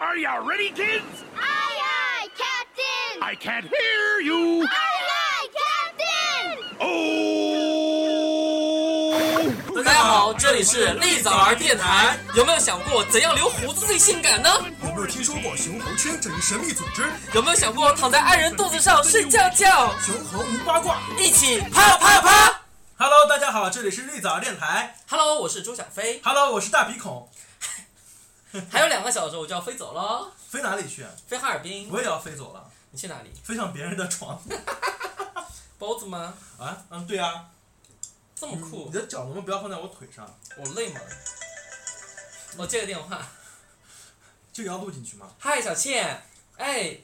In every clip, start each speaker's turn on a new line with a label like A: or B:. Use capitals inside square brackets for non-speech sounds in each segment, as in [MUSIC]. A: Are you ready, kids?
B: Aye, aye, Captain!
A: I can't hear you.
B: aye, Captain!
A: Oh!
C: 大家好，这里是立早儿电台。有没有想过怎样留胡子最性感呢？
D: 有没有听说过熊猴圈这一神秘组织？
C: 有没有想过躺在爱人肚子上睡觉觉？
D: 熊猴无八卦。
C: 一起啪啪啪
D: Hello，大家好，这里是绿藻电台。
C: ！Hello，我是周小飞，
D: Hello，我是大鼻孔。
C: 还有两个小时我就要飞走了，
D: 飞哪里去？
C: 飞哈尔滨。
D: 我也要飞走了，
C: 你去哪里？
D: 飞上别人的床。
C: 包子吗？
D: 啊，嗯，对啊。
C: 这么酷
D: 你，的脚能不能不要放在我腿上？
C: 我累吗？我接个电话。
D: 这个要录进去吗？
C: 嗨，小倩，哎，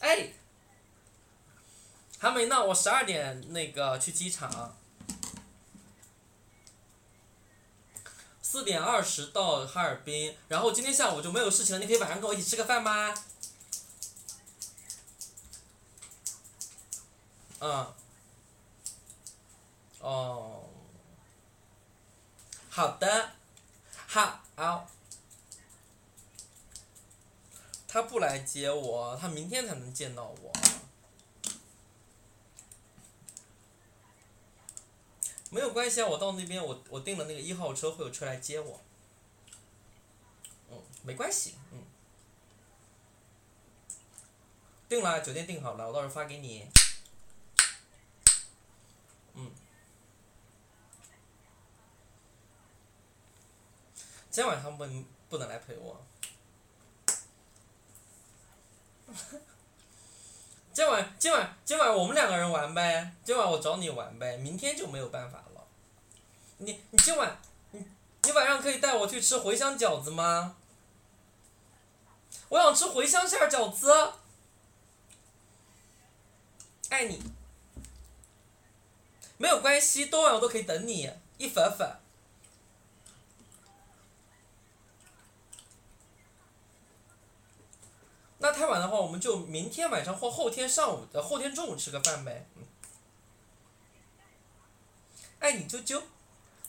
C: 哎，还没呢，我十二点那个去机场，四点二十到哈尔滨，然后今天下午就没有事情了，你可以晚上跟我一起吃个饭吗？嗯，哦，好的，好。他不来接我，他明天才能见到我。没有关系啊，我到那边我我订了那个一号车，会有车来接我。嗯，没关系，嗯。定了，啊酒店订好了，我到时候发给你。嗯。今天晚上不能不能来陪我。今晚今晚今晚我们两个人玩呗，今晚我找你玩呗，明天就没有办法了。你你今晚你你晚上可以带我去吃茴香饺子吗？我想吃茴香馅儿饺子，爱你。没有关系，多晚我都可以等你，一粉粉。那太晚的话，我们就明天晚上或后天上午呃后天中午吃个饭呗。嗯爱你啾啾。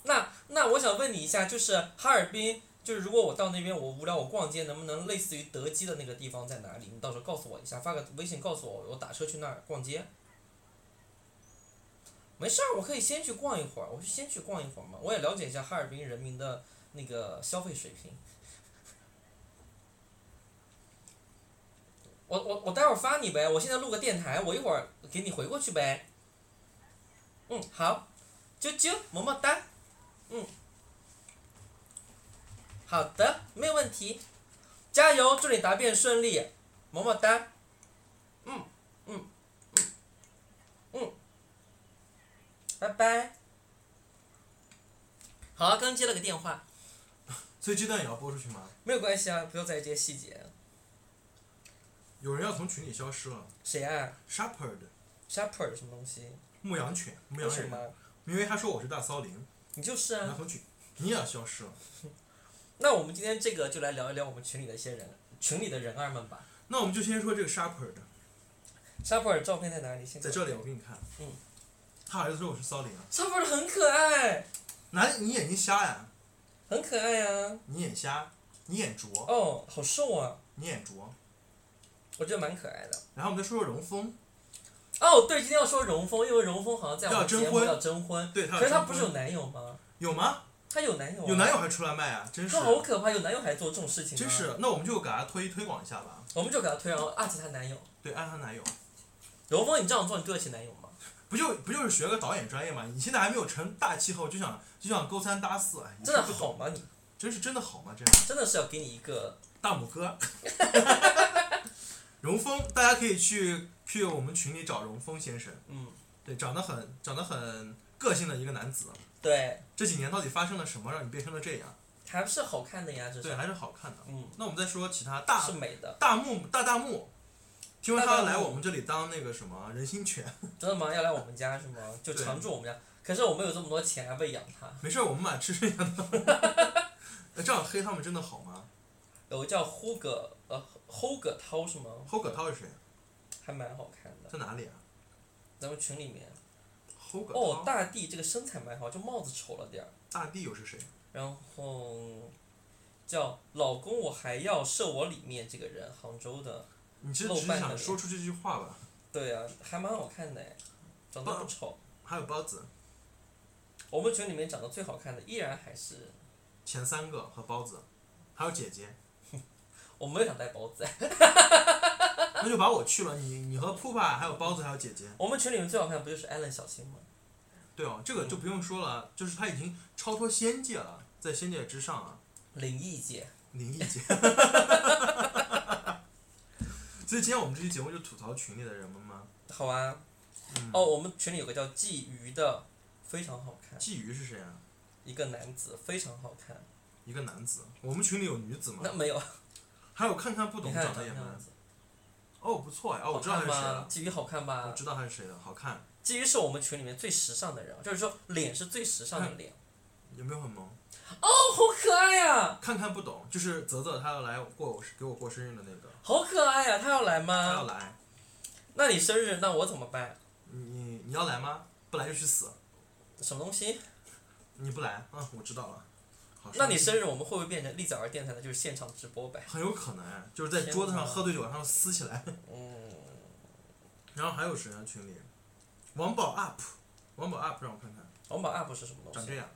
C: 那那我想问你一下，就是哈尔滨，就是如果我到那边我无聊我逛街，能不能类似于德基的那个地方在哪里？你到时候告诉我一下，发个微信告诉我，我打车去那儿逛街。没事儿，我可以先去逛一会儿，我就先去逛一会儿嘛，我也了解一下哈尔滨人民的那个消费水平。我我我待会儿发你呗，我现在录个电台，我一会儿给你回过去呗。嗯，好，啾啾，么么哒，嗯，好的，没有问题，加油，祝你答辩顺利，么么哒，嗯嗯嗯嗯，拜拜。好了，刚接了个电话，
D: 所以这段也要播出去吗？
C: 没有关系啊，不要在意这些细节。
D: 有人要从群里消失了。
C: 谁啊
D: Shepherd，
C: ？Shepherd 什么东西？
D: 牧羊犬，牧
C: 为
D: 羊
C: 什
D: 人，
C: 么？
D: 因为他说我是大骚灵，
C: 你就是啊
D: 然。后去，你也要消失了。
C: 那我们今天这个就来聊一聊我们群里的一些人，群里的人儿们吧。
D: 那我们就先说这个 Shepherd，
C: 沙普尔照片在哪里？现
D: 在这里我给你看。
C: 嗯。
D: 他儿子说我是骚灵，
C: 沙普尔很可爱，
D: 哪里？你眼睛瞎呀？
C: 很可爱呀、
D: 你眼瞎，你眼拙，
C: 哦，好瘦啊，
D: 你眼拙。
C: 我觉得蛮可爱的。
D: 然后我们再说说荣丰，
C: 哦，对，今天要说荣丰，因为荣丰好像在我
D: 要
C: 们
D: 征
C: 节目
D: 婚
C: 要征婚，
D: 对他要
C: 可是她
D: 征
C: 不
D: 婚
C: 是有男友吗？
D: 有吗？
C: 她有男友、啊，
D: 有男友，还出来卖啊，真是
C: 她，好可怕，有男友还做这种事情、啊，
D: 真是。那我们就给他推推广一下吧，
C: 我们就给她推，然后啊艾特她男友。
D: 对，按他男友，
C: 荣丰，你这样做，你对得起男友吗？
D: 不就不就是学个导演专业嘛？你现在还没有成大气候，就想就想勾三搭四，哎
C: 真的
D: 也是不
C: 好
D: 懂，
C: 吗你？
D: 真是真的好吗？这样，
C: 真的是要给你一个
D: 大拇哥， [LAUGHS] 荣丰，大家可以去去我们群里找荣丰先生，
C: 嗯，
D: 对，长得很长得很个性的一个男子。
C: 对，
D: 这几年到底发生了什么，让你变成了这样？
C: 还是好看的呀，这
D: 对，
C: 是，
D: 还是好看的。
C: 嗯，
D: 那我们再说其他大
C: 是美的。
D: 大木大大木，听说他
C: 大大
D: 来
C: 木
D: 我们这里当那个什
C: [LAUGHS]
D: 么人心犬，
C: 真的吗？要来我们家是吗？就常住我们家，可是我们有这么多钱，还喂养它。
D: 没事儿，我们买吃剩下的。
C: [LAUGHS]
D: 哎这样黑他们真的好吗？
C: 有个叫 Hoge 呃 Hoge 涛是吗？
D: 侯可涛是谁？啊
C: 还蛮好看的，
D: 在哪里啊？
C: 咱们群里面。
D: 侯可涛。
C: 哦，大地这个身材蛮好，就帽子丑了点儿，
D: 大地又是谁？
C: 然后叫《老公我还要射我里面》，这个人，杭州的，
D: 你其实
C: 露
D: 只是
C: 半
D: 想
C: 的
D: 说出这句话吧。
C: 对啊，还蛮好看的哎，长得不
D: 棒
C: 丑。
D: 还有包子，
C: 我们群里面长得最好看的依然还是，
D: 前三个和包子，还有姐姐，
C: 我没有想带包子哎，
D: 那就把我去了。你你和铺吧，还有包子，还有姐姐。
C: 我们群里面最好看不就是 Allen 小新吗？
D: 对哦，这个
C: 嗯
D: 就不用说了，就是他已经超脱仙界了，在仙界之上啊，
C: 灵异姐，
D: 灵异界。 [LAUGHS] 所以今天我们这期节目就吐槽群里的人们吗？
C: 好啊。
D: 嗯
C: 哦，我们群里有个叫鲫鱼的，非常好看，
D: 鲫鱼是谁啊？
C: 一个男子非常好看。
D: 一个男子。我们群里有女子吗
C: 那？没有，
D: 还有看看不
C: 你
D: 懂
C: 看
D: 长
C: 这
D: 得也蛮
C: 样……子，
D: 哦，不错哎，哦，我
C: 好
D: 知道他
C: 看
D: 是
C: 吗
D: 谁了？，
C: 鲫鱼好看吧
D: 我？知道他是谁了，好看，
C: 鲫鱼是我们群里面最时尚的人，就是说脸是最时尚的
D: 嗯
C: 脸。
D: 有没有很萌？
C: 哦，好可爱呀、
D: 看看不懂，就是泽泽他要来过我给我过生日的那个，
C: 好可爱呀、他要来
D: 他要
C: 吗？
D: 来，
C: 那你生日，那我怎么办？
D: 你你要来吗？不来就去死，
C: 什么东西？
D: 你不来，嗯，我知道了。好
C: 那
D: 伤
C: 你
D: 心
C: 生日我们会不会变成立早儿电台的就是现场直播版？
D: 很有可能啊就是在桌子上喝醉酒，然后撕起来。
C: 嗯，
D: [LAUGHS] 然后还有谁啊？群里，王宝 up，王宝 up，让我看看，
C: 王宝 UP 是什么东
D: 长这
C: 西？
D: 样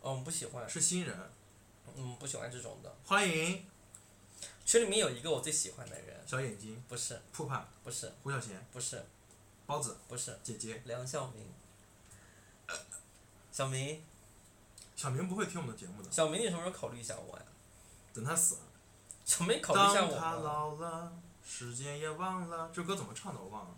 C: 哦，我们不喜欢，
D: 是新人，
C: 嗯，不喜欢这种的。
D: 欢迎
C: 群里面有一个我最喜欢的人，
D: 小眼睛，
C: 不是，
D: 铺帕，
C: 不是，
D: 胡小贤，
C: 不是，
D: 包子
C: 不是
D: 姐姐，
C: 梁孝明。小明，
D: 小明不会听我们的节目的，
C: 小明，你什么时候考虑一下我呀？
D: 等他死了。
C: 小明考虑一下
D: 当
C: 我嗯
D: 他
C: 吗？
D: 老了，时间也忘了，这歌怎么唱的我忘了，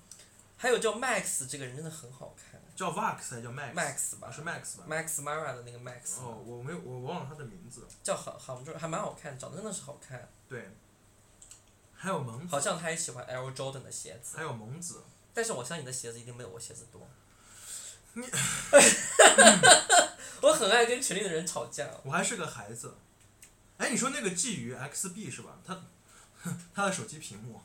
C: 还有叫 Max 这个人真的很好看
D: 叫 Vax 还叫 Max？
C: ，Max 吧，
D: 啊是 Max 吧？
C: Max Mara 的那个 Max，、
D: 哦，我没有，我忘了他的名字。
C: 叫杭杭州，还蛮好看，长得真的是好看。
D: 对，还有萌
C: 好
D: 子，
C: 像他也喜欢 L Jordan 的鞋子，
D: 还有萌子，
C: 但是我相信你的鞋子一定没有我鞋子多。
D: 你，
C: [LAUGHS] 我很爱跟群里的人吵架。哦
D: 我还是个孩子。哎，你说那个鲫鱼 XB 是吧？他他的手机屏幕，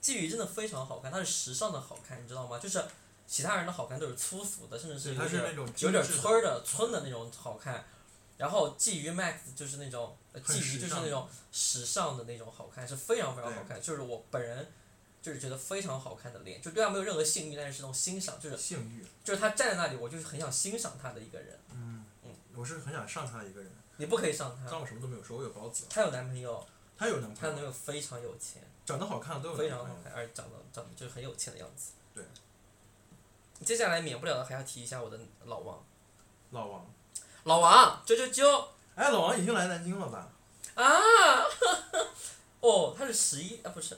C: 鲫鱼真的非常好看，它是时尚的好看，你知道吗？就是其他人的好看都是粗俗的，甚至是
D: 对它
C: 有
D: 是
C: 点
D: 那种
C: 有点
D: 精致的
C: 村儿的村的那种好看。然后鲫鱼 Max 就是那种呃
D: 很
C: 鲫鱼
D: 时
C: 就是
D: 尚
C: 那种时尚的那种好看，是非常非常好看。就是我本人就是觉得非常好看的脸，就对他没有任何性欲，但是是那种欣赏，就是
D: 性欲，
C: 就是他站在那里，我就是很想欣赏他的一个人。
D: 嗯
C: 嗯，
D: 我是很想上他的一个人，
C: 你不可以上他
D: 但，我什么都没有说，我有包子，
C: 她有男朋友，
D: 他有男
C: 她的
D: 朋
C: 男朋
D: 友，
C: 友非常有钱，
D: 长得好看的都有
C: 非
D: 男
C: 常
D: 朋
C: 好
D: 友，
C: 看，而且长得长得就是很有钱的样子。
D: 对。
C: 接下来免不了的还要提一下我的老王，
D: 老王，
C: 老王啾啾啾
D: 哎，老王已经来南京了吧？
C: 啊！哦，他是十一啊，不是，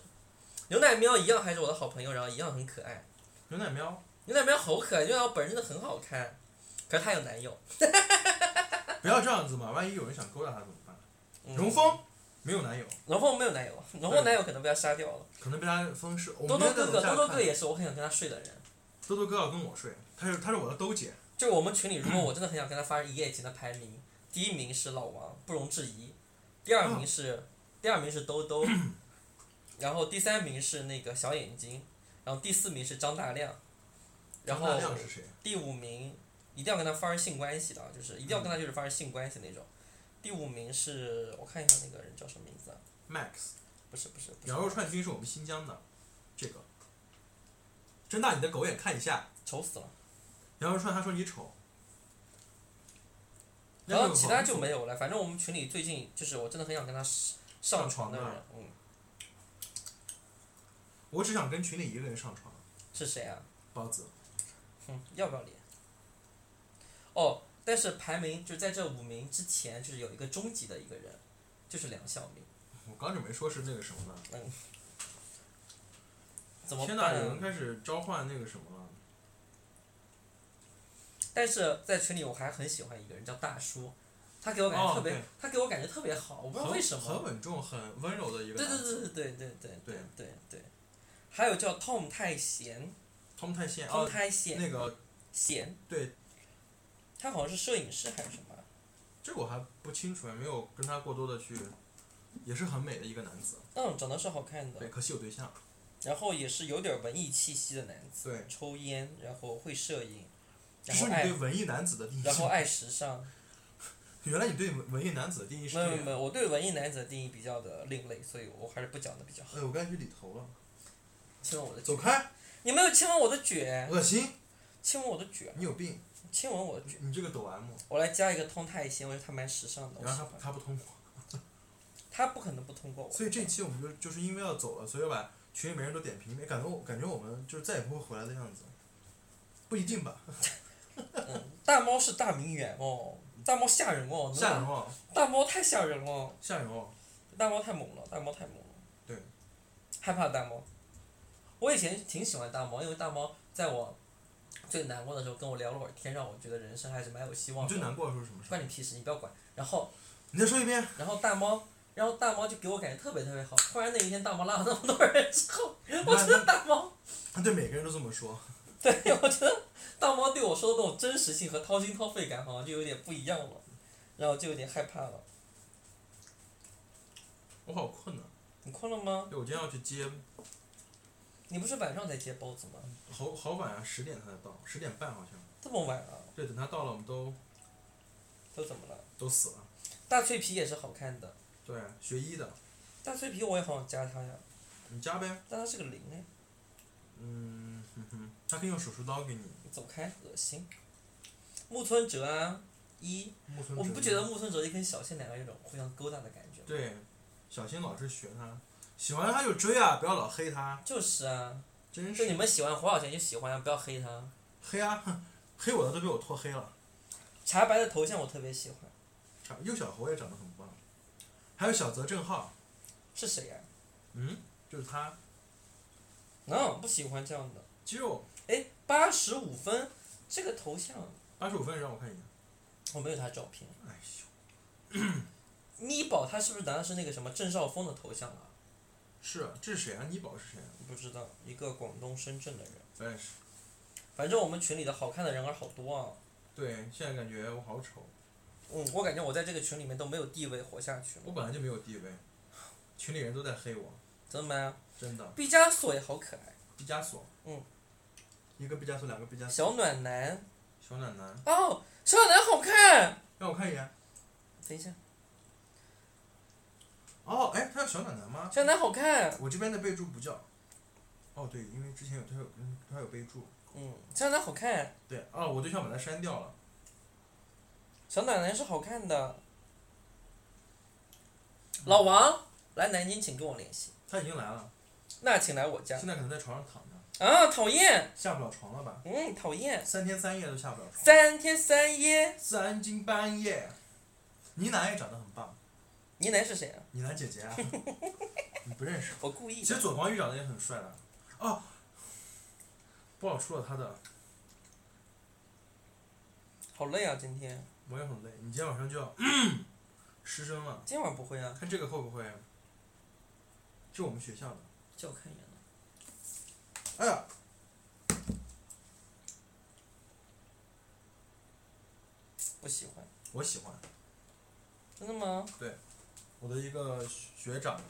C: 牛奶喵一样还是我的好朋友，然后一样很可爱。
D: 牛奶喵，
C: 牛奶喵好可爱，牛奶喵本人真的很好看，可是她有男友。
D: 不要这样子嘛，万一有人想勾搭他怎么办？
C: 嗯
D: 荣，峰没有男友，
C: 荣峰没有男友，荣峰男友可能被他杀掉了。
D: 可能被他分尸。我
C: 多
D: 们
C: 多哥
D: 在楼
C: 哥，
D: 下
C: 多多
D: 看
C: 哥也是我很想跟他睡的人。
D: 多多哥要跟我睡，他是他是我的兜姐，
C: 就是我们群里，如果
D: [CLEARS THROAT]
C: 我真的很想跟他发生一夜情的排名，第一名是老王，不容置疑；第二
D: 哦
C: 名是、第二名是兜兜，然后第三名是那个小眼睛，然后第四名是张大亮，然
D: 张
C: 后
D: 大亮是谁？
C: 第五名一定要跟他发生性关系的啊，就是一定要跟他就是发生性关系那种。第五名是我看一下那个人叫什么名字啊？
D: Max，
C: 不是不是不是
D: 羊肉串君是我们新疆的，这个，睁大你的狗眼看一下，
C: 丑死了。
D: 羊肉串他说你丑，
C: 然后其他
D: 那个
C: 就
D: 王
C: 没有了。反正我们群里最近就是我真的很想跟他上
D: 上
C: 上床
D: 床啊
C: 的
D: 的
C: 人，嗯，
D: 我只想跟群里一个人上床，
C: 是谁啊？
D: 包子，嗯
C: 哼，要不要脸？哦，但是排名就在这五名之前，就是有一个终极的一个人，就是梁晓明。
D: 我刚准备说是那个什么呢？
C: 怎么
D: 天哪，有
C: 办？啊
D: 人开始召唤那个什么了？
C: 但是在群里我还很喜欢一个人叫大叔，他给我感觉
D: 哦
C: 特别，
D: 对
C: 他给我感觉特别好，我不知道
D: 很
C: 为什
D: 很
C: 么。
D: 稳重，很温柔的一个
C: 对
D: 男
C: 对
D: 子。
C: 对对对对对
D: 对
C: 对对。还有叫 Tom 太贤
D: ，Tom 太贤
C: ，Tom
D: 哦，
C: 太贤
D: 那个
C: 贤，
D: 对，
C: 他好像是摄影师还是什么？
D: 这个我还不清楚，没有跟他过多的去，也是很美的一个男子，
C: 嗯，长得是好看
D: 对，
C: 的，
D: 可惜有对象，
C: 然后也是有点文艺气息的男子，
D: 对，
C: 抽烟，然后会摄影，
D: 这
C: 然
D: 是
C: 后
D: 你
C: 爱
D: [LAUGHS] 对文艺男子的定义。
C: 然后爱时尚，
D: 原来你对文文艺男子的定义是
C: 没有
D: 这
C: 没有
D: 样
C: 没。有，我对文艺男子的定义比较的另类，所以我还是不讲的比较好。
D: 哎，我刚才去理头了，
C: 亲吻我的
D: 走
C: 嘴，
D: 开，
C: 你没有亲吻我的卷，
D: 恶心！
C: 亲吻我的卷，
D: 你有病，
C: 亲吻我的卷。
D: 你这个抖 M，
C: 我来加一个通泰行为，他蛮时尚的，我
D: 然
C: 喜
D: 后
C: 欢
D: 他。他不通过，
C: 他不可能不通过我。
D: 所以这期我们就就是因为要走了，所以要把群里每人都点评一遍，感觉我感觉我们就是再也不会回来的样子，不一定吧？
C: 嗯，大猫是大名媛哦，大猫吓人哦，
D: 吓人哦，
C: 大猫太吓人了，
D: 吓人哦！
C: 大猫太猛了，大猫太猛了。
D: 对，
C: 害怕大猫。我以前挺喜欢大猫，因为大猫在我最难过的时候跟我聊了会儿天，让我觉得人生还是蛮有希望
D: 你
C: 的。
D: 最难过的时候是什么时候
C: 关你？屁事，你不要管。然后，
D: 你再说一遍。
C: 然后大猫，然后大猫就给我感觉特别特别好。突然那一天，大猫拉了那么多人之后，我觉得大
D: [LAUGHS]
C: 猫，
D: 他啊对每个人都这么说，
C: 对我觉得大猫对我说的那种真实性和掏心掏肺感，好像就有点不一样了，然后就有点害怕了。
D: 我好困啊！
C: 你困了吗？
D: 对，我今天要去接，
C: 你不是晚上才接包子吗？
D: 好好晚啊，十点他才到，十点半好像。
C: 这么晚啊，
D: 对，等他到了，我们都
C: 都怎么了？
D: 都死了。
C: 大脆皮也是好看的，
D: 对，学医的，
C: 大脆皮我也好想加它呀，
D: 你加呗。
C: 但它是个零哎，
D: 嗯哼哼，他可以用手术刀给你。
C: 你走开，恶心。木村哲啊，一，
D: 木村
C: 我们
D: 哲
C: 不觉得木村哲一跟小新两个人有种互相勾搭的感觉吗？
D: 对，小新老是学他，喜欢他就追啊，不要老黑他，
C: 就是啊，
D: 真
C: 就是你们喜欢黄晓贤就喜欢啊，不要黑他。
D: 黑啊， [LAUGHS] 哼黑我的都被我拖黑了。
C: 茶白的头像我特别喜欢，
D: 啊右小猴也长得很棒，还有小泽正浩，
C: 是谁呀、
D: 嗯，就是他
C: no，不喜欢这样的。
D: 肌肉
C: 哎，八十五分，这个头像
D: 八十五分，让我看一眼。
C: 我没有他照片。
D: 哎呦，
C: 咪宝他是不是拿的是那个什么郑少峰的头像啊？
D: 是啊这是谁啊？妮宝是谁啊？
C: 不知道，一个广东深圳的人。
D: 我也是。
C: 反正我们群里的好看的人儿好多啊。
D: 对，现在感觉我好丑，
C: 嗯，我感觉我在这个群里面都没有地位活下去
D: 我
C: 了。
D: 本来就没有地位，群里人都在黑我，
C: 真的吗？
D: 真的。
C: 啊毕加索也好可爱，
D: 毕加索，
C: 嗯，
D: 一个毕加索，两个毕加索，
C: 小暖男
D: 小暖男，
C: 哦，小暖男好看。
D: 让我看一眼。
C: 等一下，
D: 哦，哎，他叫小暖男吗？
C: 小暖男好看。
D: 我这边的备注不叫。哦，对，因为之前有他有嗯他有备注。
C: 嗯，小暖男好看，
D: 对，哦，我对象把他删掉了。
C: 小暖男是好看的。老王，来南京请跟我联系。
D: 他已经来了，
C: 那请来我家
D: 现在可能在床上躺着，
C: 啊！讨厌，
D: 下不了床了吧？
C: 嗯，讨厌，
D: 三天三夜都下不了床，
C: 三天三夜。
D: 三更半夜。倪楠也长得很棒，
C: 倪楠是谁啊？
D: 倪楠姐
C: [LAUGHS]
D: 姐啊，你不认识？
C: 我故意
D: 其
C: 的
D: 实。左光玉长得也很帅的。哦，暴出了他的，
C: 好累啊，今天
D: 我也很累。你今天晚上就要 [CLEARS THROAT] 失声了，
C: 今晚不会啊，
D: 看这个会不会？是我们学校的。
C: 叫我看一眼呢。
D: 哎呀，
C: 不喜欢，
D: 我喜欢。
C: 真的吗？
D: 我的一个学长，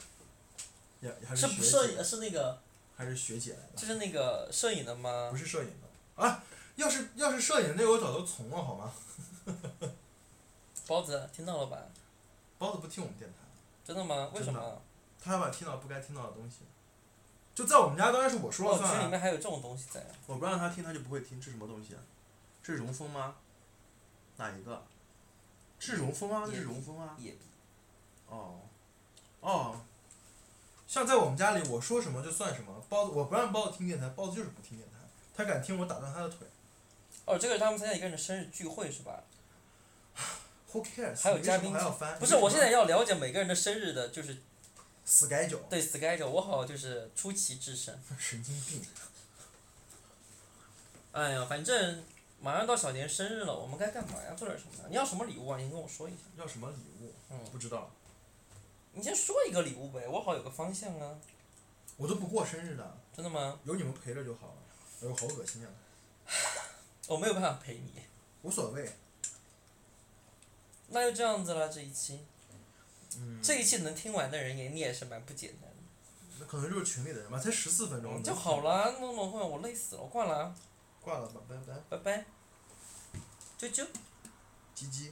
D: 也还
C: 是
D: 学
C: 摄
D: 姐
C: 影，是那个，
D: 还是学姐来的，
C: 就是那个摄影的吗
D: 不？是摄影的啊。要是要是摄影那个我早就从了好吗？
C: 包子听到了吧？
D: 包子不听我们电台，
C: 真的吗？为什
D: 真
C: 么？
D: 他还把听到不该听到的东西，就在我们家当然是我说
C: 我
D: 了
C: 哦群里
D: 算啊。
C: 面还有这种东西在啊！
D: 我不让他听，他就不会听。这是什么东西啊？这是荣丰吗？哪一个？这是荣丰啊吗？这是荣丰吗？
C: 也
D: 哦，哦，像在我们家里，我说什么就算什么。包子，我不让包子听电台，包子就是不听电台。他敢听，我打断他的腿。
C: 哦，这个是他们参加一个人的生日聚会是吧？
D: Who cares？
C: 还有
D: 你为什
C: 嘉
D: 么
C: 宾
D: 还要翻？
C: 不是，我现在要了解每个人的生日的，就是
D: 死改酒，
C: 对 schedule，我好就是出奇制胜。
D: 神经病。
C: 哎呀，反正马上到小年生日了，我们该干嘛呀？做点什么呀？你要什么礼物啊？你跟我说一下。
D: 要什么礼物？
C: 嗯
D: 不知道，
C: 你先说一个礼物呗，我好有个方向啊。
D: 我都不过生日的，
C: 真的吗？
D: 有你们陪着就好了。哎呦，好恶心呀、
C: 我哦没有办法陪你。
D: 无所谓。
C: 那就这样子了，这一期，
D: 嗯，
C: 这一期能听完的人也你也是蛮不简单的，
D: 那可能就是群里的人吧，才十四分钟。
C: 嗯就好。了，弄弄会我累死了，我挂了啊，
D: 挂了吧，拜拜，
C: 拜拜，啾啾。
D: 鸡鸡。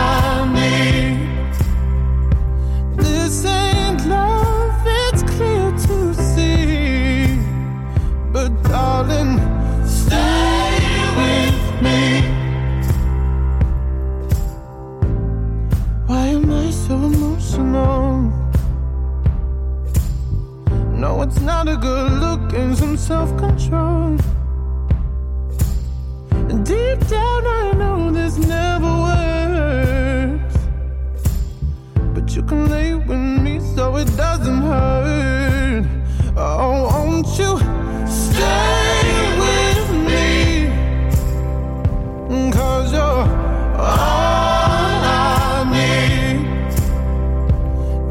E: I need. This ain't love, it's clear to see. But darling, stay with me. Why am I so emotional? No, it's not a good look and some self control. Deep down, I know this never works. But you can lay with me so it doesn't hurt. Oh, won't you stay with me? Cause you're all I need.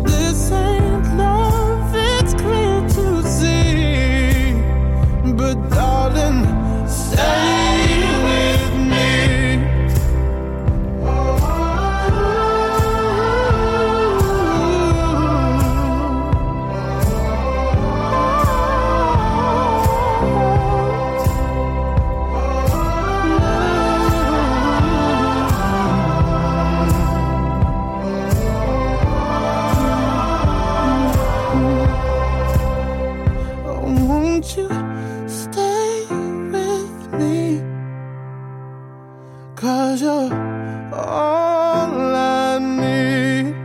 E: This ain't love, it's clear to see. But darling, stay with me. Oh, won't you stay with me? Cause you're all I need.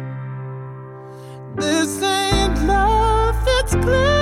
E: This ain't love, it's clear Oh,